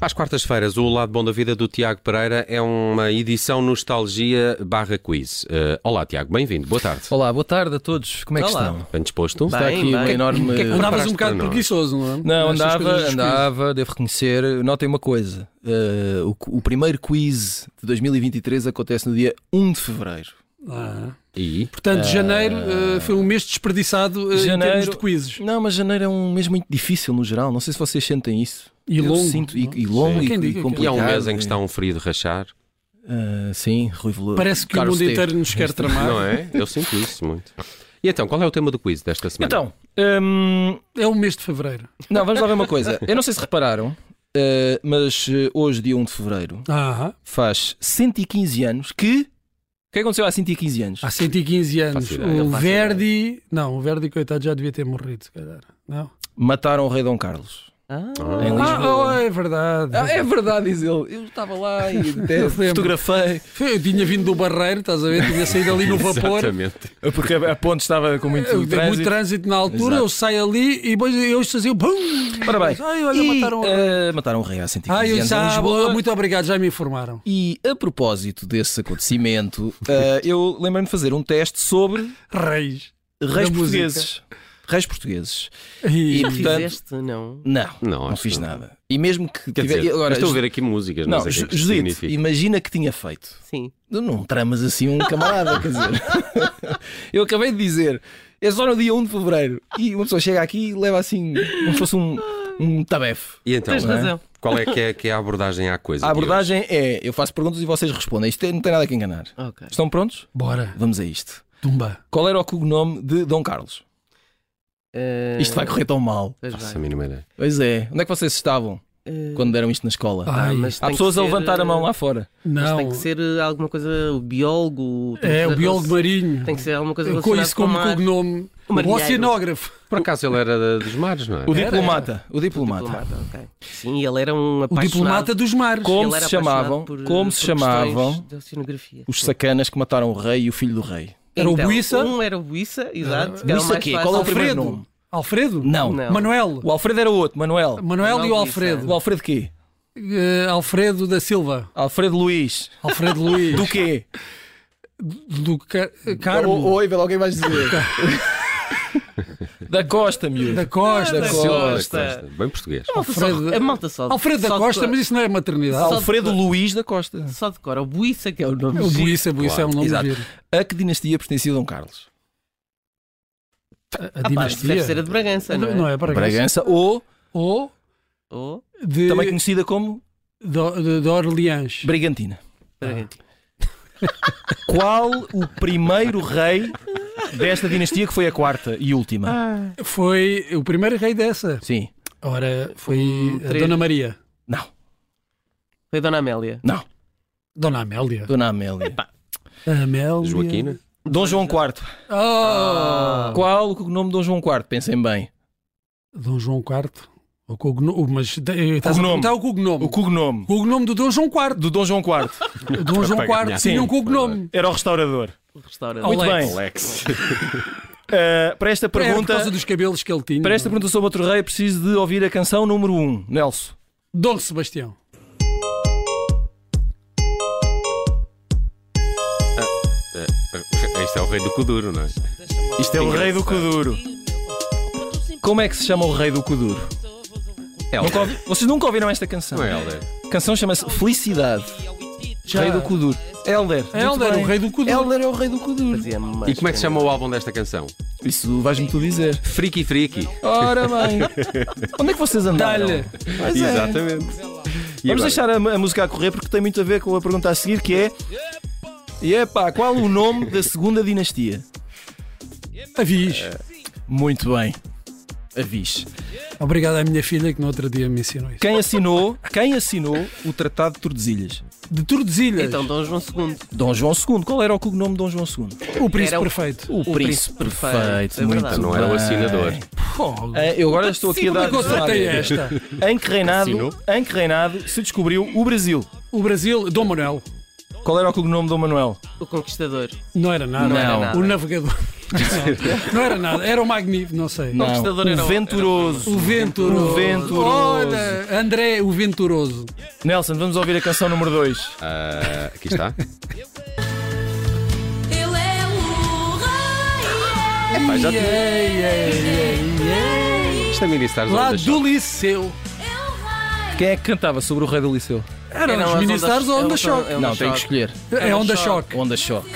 Às quartas-feiras, o Lado Bom da Vida do Tiago Pereira é uma edição nostalgia barra quiz. Eh, olá, Tiago, bem-vindo. Boa tarde. Olá, boa tarde a todos. Como é que Olá. estão? Bem disposto? Está Bem, aqui uma bem. enorme. Andavas um preparaste para bocado nós? preguiçoso, não é? Não, Nestas coisas andava, dos quizzes. andava, devo reconhecer. Notem uma coisa: eh, o, o primeiro quiz de 2023 acontece no dia 1 de fevereiro. Ah. E Portanto, janeiro eh, foi um mês desperdiçado eh, em termos É. Janeiro- de quizzes. Não, mas janeiro é um mês muito difícil no geral. Não sei se vocês sentem isso. E Eu longo. sinto- não é? e, e longo Sim. e, Quem e diga, quem complicado. e há um mês em que é. está um frio de rachar, Ah, sim, Rui Veloso. Parece que Carlos o mundo Tejo. inteiro nos quer tramar. não é? Eu sinto isso muito. E então, qual é o tema do quiz desta semana? Então, hum, É o mês de fevereiro. não, vamos lá ver uma coisa. Eu não sei se repararam, eh, mas eh, hoje, dia 1 de fevereiro, Ah, faz 115 anos que. O que aconteceu há 115 anos? há 115 anos. Faço ideia, ele O faz Verdi. Não, o Verdi, coitado, já devia ter morrido, se calhar. Não? Mataram o rei Dom Carlos. Ah. Em Ah, Lisboa. oh, é verdade. é verdade, diz ele. Eu estava lá e até lembro. fotografei. Foi- Eu tinha vindo do barreiro, estás a ver? Tinha saído ali no vapor. Exatamente. Porque a ponte estava com muito Eu dei muito trânsito. trânsito na altura, Exato. eu saio ali e depois eu fazia o bum! Ora bem, Ai, olha, e, mataram o rei. eh, mataram o rei há 115 Ah, eu anos em já, Lisboa. muito obrigado, já me informaram. E a propósito desse acontecimento, eh, eu lembrei-me de fazer um teste sobre Reis. reis Da portugueses. Reis portugueses. E- E- Já portanto- fizeste, não? Não, Não, não, acho fiz que não. nada. E mesmo que Quer tiver- dizer, e agora, eu estou a ver aqui músicas, não, Não, sei o que é que isto Judito, significa. imagina que tinha feito. Sim. Tu Não tramas assim um camarada, quer dizer. Eu acabei de dizer, é só no dia 1 de fevereiro. E uma pessoa chega aqui e leva assim, como se fosse um, um tabefe. E então, Tens não é? razão. qual é que, é que é a abordagem à coisa? A de hoje? abordagem é: Tipo, eu faço perguntas e vocês respondem. Isto tem- não tem nada que enganar. Ok. Estão prontos? Bora, Vamos a isto. tumba. Qual era o cognome de Dom Carlos? Eh, Isto vai correr tão mal. pois Faço a vai. mínima ideia. Pois é. Onde é que vocês estavam Eh, quando deram isto na escola? Ai, mas Há tem pessoas que a ser, levantar a mão eh, lá fora. Mas Não, tem que ser eh, alguma coisa, o biólogo. tem é que o ser- biólogo marinho. Tem que ser alguma coisa com relacionada isso como o mar. cognome. O O marinheiro. oceanógrafo. Por acaso ele era dos mares, não é? O diplomata. O diplomata. Diplomata, ok. Sim, ele era um O apaixonado. diplomata dos mares. Com- Como ele era se apaixonado chamavam- por, eh, como se por questões chamavam de oceanografia. Os sacanas que mataram o rei e o filho do rei. Era o Buissa? Um era o Buissa, exato. que era Isso mais aqui, fácil. qual é o primeiro Alfredo. nome? Alfredo? Não. Não. Manuel. O Alfredo era o outro, Manuel. Manuel e o Manuel O Alfredo. Alfredo quê? Eh, Alfredo da Silva. Alfredo Luís. Alfredo Luís. Do quê? Do Car- Carmo. vê lá o que vais dizer. da Costa, miúdo. Da Costa. Da Silva da Costa. Costa. Bem português. A malta só- Alfredo- a malta só. Alfredo da só Costa, decora- mas isso não é maternidade. Só- Alfredo Luís da Costa. Só decora. O Buissa, que é o nome. O Buíça, Buíça é um nome Exato. giro. A que dinastia pertencia Dom Carlos? A, a Ah, pá, isso dinastia. deve ser a de Bragança, não é? Não é Bragança. Bragança ou Ou Ou de, também conhecida como de, de- de Orleans. Brigantina. Bragança. Qual o primeiro rei desta dinastia que foi a quarta e última? Ah. Foi o primeiro rei dessa. Sim. Ora, foi Hum, a três. Dona Maria. Não, Foi a Dona Amélia. não. Dona Amélia. Dona Amélia. Amélia. Joaquina? Dom João IV. Ah! Qual o cognome de Dom João IV? Pensem bem. Dom João IV. O cognome. Mas eh, estás a Cognome. perguntar o cognome. O cognome O cognome do Dom João IV. do Dom João IV O Dom João ganhar. IV Sim. tinha um cognome. era o restaurador. O restaurante. Muito Alex. bem. Alex. Uh, para esta Era por pergunta, causa dos cabelos que ele tinha. para esta pergunta sobre outro rei, preciso de ouvir a canção número 1, Nelson. Dom Sebastião. Este é o rei do Coduro, não é? Isto é o rei do Coduro. Como é que se chama o rei do Coduro? É Nunca ouvi- Vocês nunca ouviram esta canção? Não é Helder. A canção chama-se Felicidade. Rei do Coduro. Elder. É Helder, o rei do Coduro. Elder é o rei do Coduro. Fazia mais E como é que se chama o álbum desta canção? Isso vais-me tu dizer. Friki Friki. Ora bem. Onde é que vocês andaram? Dá-lhe. Pois é. Exatamente. E Vamos agora? deixar a, a música a correr porque tem muito a ver com a pergunta a seguir que é. E epá, qual o nome da segunda dinastia? Avis. Muito bem. Avis. Obrigado à minha filha que no outro dia me ensinou isso. Quem assinou, quem assinou o Tratado de Tordesilhas? De Tordesilhas. Então, Dom João II. Dom João II. Qual era o cognome de Dom João II? o príncipe Era o- perfeito. O, príncipe perfeito. É muito verdade. Não era o bem. assinador. Fogo. Ah, Eu agora estou aqui a Como dar é que eu tratei esta? em que, reinado, Assinou? em que reinado se descobriu o Brasil? O Brasil, Dom Manuel. Qual era o cognome de Dom Manuel? O Conquistador. Não era nada. Não era nada. O navegador. Não era nada, era o Magnífico, não sei. Não. Conquistador era o o- O Venturoso. Venturoso. O Venturoso. Olha, André, o Venturoso. Nelson, vamos ouvir a canção número 2. Ah, aqui está. Ele é o rei. Pá, já Ei, ei, ei, ei, ei. Isto é Mini Stars Lá Onda Show. do Liceu. Quem é que cantava sobre o rei do liceu? Eram Eram os as Mini ondas- Stars é Onda uma- Shock. é uma- Não, tenho que Choque. escolher. É Onda Onda Shock. Onda Choque.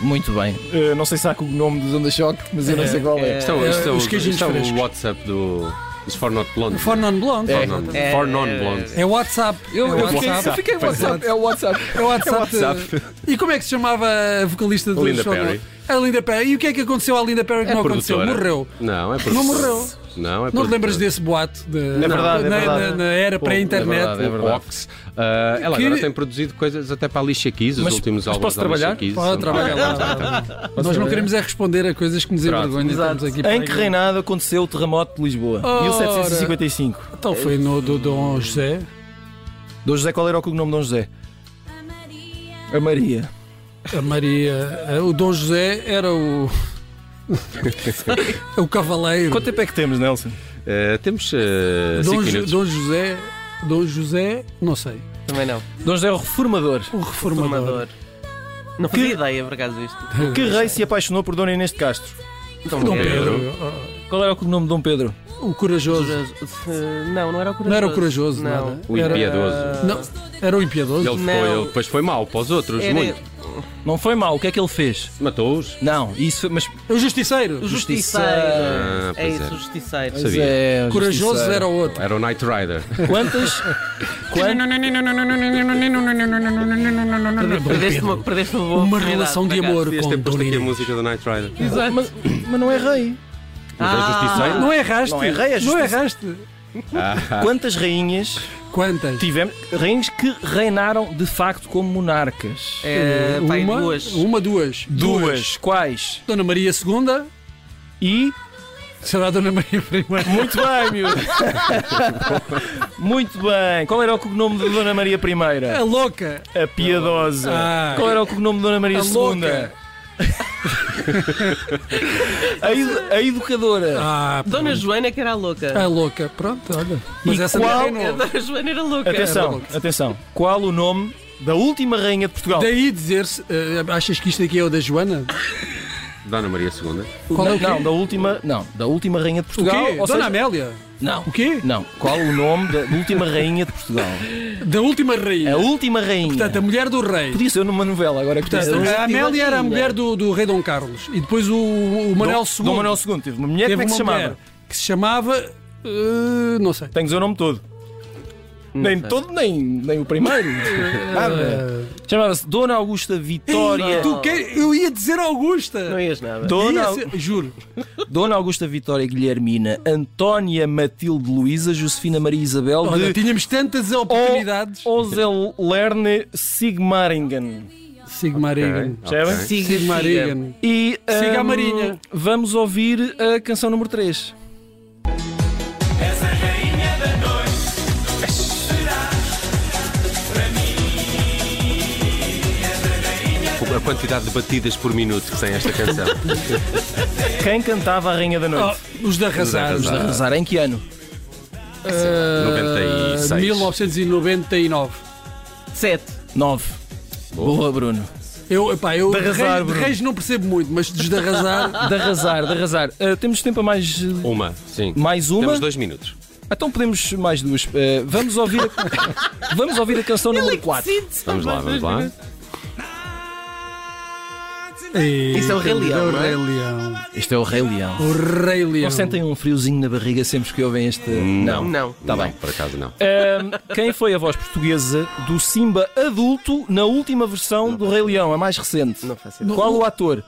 Muito bem. Eh, não sei se há com o nome dos Onda Choque, mas eu não sei qual é. Isto é, o- isto é, o- Os queijinhos isto é o frescos. WhatsApp do. Dos For Not Blonde. For non blonde. É. non- É. for non blonde. É WhatsApp. Eu, É eu WhatsApp. fiquei, eu fiquei WhatsApp. É o WhatsApp. É o WhatsApp. E como é que se chamava a vocalista do Linda show? Perry. A Linda Perry. E o que é que aconteceu à Linda Perry que não aconteceu? Produtora. Morreu. Não, é produtora. Não morreu. Não, é Não te lembras produtora. desse boato? De, É verdade, é na, verdade. na- na era Pô, pré-internet. é verdade, é verdade. Ox. Ah, ela Que- agora tem produzido coisas até para a Lixa Keys, os Mas- últimos mas álbuns posso da Alicia trabalhar? Keys. Pode trabalhar lá. Nós não queremos é responder a coisas que nos Pronto. envergonham. Estamos aqui para- Em que reinado aconteceu o terremoto de Lisboa? Ora. 1755. Então foi no do Dom José. Dom José, qual era o cognome de Dom José? A Maria. A Maria. O Dom José era o. o cavaleiro. Quanto tempo é que temos, Nelson? Ah, temos 5 Dom, Jo- minutos. Dom José. Dom José, não sei. Também não. Dom José é o reformador. O reformador. Formador. Não fazia ideia, por acaso, isto. Que rei se apaixonou por Dona Inês de Castro? Então, É. Dom Pedro. Pedro. Qual era o cognome de Dom Pedro? O corajoso. Não, não era o corajoso. Não era o corajoso, não. nada. O Era- impiedoso. Não, era o impiedoso. Ele, foi, Não. ele depois foi mau para os outros, Era muito. Não foi mal, o que é que ele fez? Matou-os. Não, isso foi. Mas. O justiceiro. Justiceiro. o justiceiro. Ah, é pois isso, é. o justiceiro. Sabia. É, Corajoso era o outro. Era o Knight Rider. Quantas? Quantas? Perdeste-me perdeste uma boa Uma oportunidade, relação de por acaso. amor Devias com ter posto Dona aqui a Inês. música do Knight Rider. Mas, mas não é rei. Ah, Mas é justiceiro? Não erraste. Não errei, é Não justiça. erraste. Quantas rainhas Quantas? tivemos? Rainhas que reinaram de facto como monarcas? É, pá, e Eh, uma, duas. Uma, duas. Duas. Quais? Dona Maria II, E. será Dona Maria I. Muito bem, miúdo. Muito bem. Qual era o cognome de Dona Maria A I? louca. A Piedosa. Ah. Qual era o cognome de Dona Maria A II? louca. A, edu- a educadora. Ah, Dona pronto. Joana é que era a louca. A louca. Pronto, olha. Mas E essa qual- não A é Dona Joana era louca. Atenção, atenção. Qual o nome da última rainha de Portugal? Daí dizer-se, eh, achas que isto aqui é o da Joana? Dona Maria II. Qual é o quê? não, da última, não, da última rainha de O Portugal. quê? ou Dona seja, Amélia? não, O quê? não. Qual o nome da última rainha de Portugal? Da última A rainha. última rainha. Portanto, a mulher do rei. Podia ser numa novela agora. é que Portanto, é disse- a Amélia era a mulher do, do rei Dom Carlos. E depois o, o Manuel Dom- II. Dom Manuel II. Teve uma mulher, como teve é que se uma chamava? mulher Que se chamava. eh, não sei. Tem que dizer o nome todo. nem sei. todo, nem, nem o primeiro. Nada. Eh, Chamava-se Dona Augusta Vitória. e tu que- Eu ia dizer Augusta. Não ias nada. Dona, Ia ser- juro. Dona Augusta Vitória Guilhermina, Antónia Matilde Luísa, Josefina Maria Isabel de Olha, tínhamos tantas Oh, oportunidades. Ozelerne Sigmaringen. Sigmaringen. ok. Percebem? oh. Siga, siga. Sigmaringen. E Siga a hum, Marinha. vamos ouvir a canção número 3. A quantidade de batidas por minuto que tem esta canção. Quem cantava a Rainha da Noite? Oh, os de arrasar. Os de arrasar. Arrasar em que ano? Eh, 96. 1999. Sete. 9. Boa, Bruno. Eu, epá, eu De arrasar, de reis, de Bruno. reis não percebo muito, mas dos de arrasar. De arrasar, de arrasar. Ah, temos tempo a mais, eh, Uma, sim. mais uma? Temos dois minutos. Então podemos mais duas. Eh, vamos, ouvir a, vamos ouvir a canção é número 4. Vamos lá, vamos lá. Isso é o Rei Leão, O não é? Rei Leão. Este é o Rei Leão. O Rei Leão. Não sentem um friozinho na barriga sempre que ouvem este. Não. Não. Tá não, bem. por acaso não. Ah, quem foi a voz portuguesa do Simba adulto na última versão do Rei Leão, a mais recente? Não faço ideia. Qual o ator?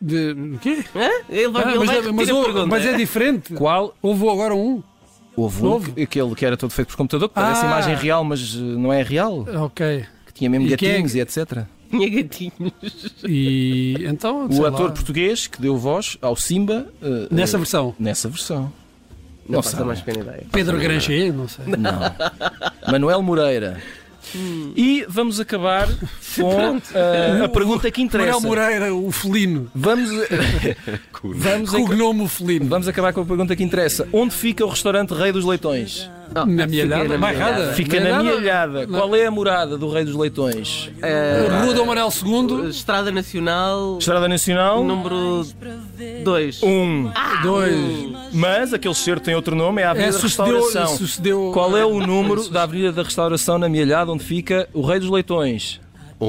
De... o quê? Hã? Ele vai, Ah, ele mas, é- vai mas repetir a houve- pergunta. mas é diferente. Qual Houve agora um. Houve um, Novo? que- aquele que era todo feito por computador, que parece Ah. imagem real, mas eh, não é real, Ok. que tinha mesmo E quem é gatinhos e etc. Tinha gatinhos. E então. O sei ator lá, português que deu voz ao Simba eh, eh, Nessa versão. nessa versão. Não Não faço a sabe. mais pequena ideia. Pedro Granger, não sei. Não. Manuel Moreira, E vamos acabar com ah, a pergunta que Manuel interessa. Moreira, o felino. Vamos, vamos, a- Cognome felino. vamos acabar com a pergunta que interessa. Onde fica o restaurante Rei dos Leitões? Não, Na fica Mielhada, na Bairrada. Mielhada. Fica Não é na nada. Mielhada. Qual é a morada do Rei dos Leitões? Rua do Ah, Manuel II. Ah, Estrada Nacional, Estrada Um. Nacional número 2. 1. Dois. Mas aquele certo tem outro nome, é a Avenida É, da sucedeu, Restauração. sucedeu. Qual é o número da Avenida da Restauração na Mielhada onde fica o Rei dos Leitões?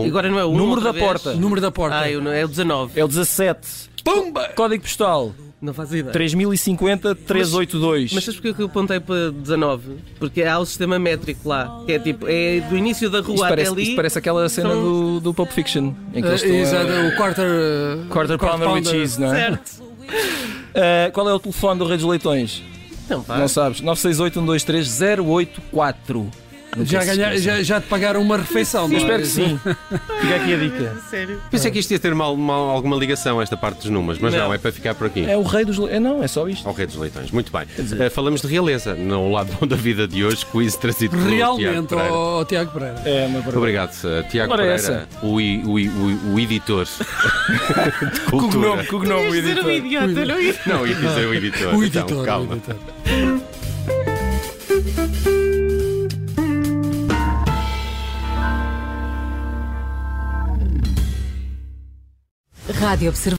Agora não é o Número da porta. o número da porta? Ah, eu não- é o 19. É o 17. Pumba! Código postal Não faz ideia. 3050-382. Mas sabes porque é que eu apontei para 19? Porque há o sistema métrico lá, que é tipo, é do início da rua Isto até parece, ali. isto parece aquela cena são- do, do Pulp Fiction, em que Eh, eles estão a- Exato, o quarter. eh, Quarter Pounder with Cheese, não é? Certo. Ah, qual é o telefone do Rei dos Leitões? Não, pá. Ah. Não sabes. 968-123-084. Já, ganhar, já, já te pagaram uma refeição, não é? é Espero que sim. Fica aqui a dica. Sério. Pensei que isto ia ter mal, mal- alguma ligação, esta parte dos números, mas não, é para ficar por aqui. É o Rei dos Leitões. É, não, é só isto. Ao Rei dos Leitões. Muito bem. Eh, falamos de realeza. No lado bom da vida de hoje, quiz trazido pelo Tiago Realmente, oh. é Pereira. ó ó, Tiago Pereira. É uma verdade. Obrigado, eh, Tiago Ora, Pereira, o, i- o, i- o, o editor de cultura. cognome, idiota, não ia. Não, ia dizer o editor. O então, editor. o calma. editor. Rádio Observador.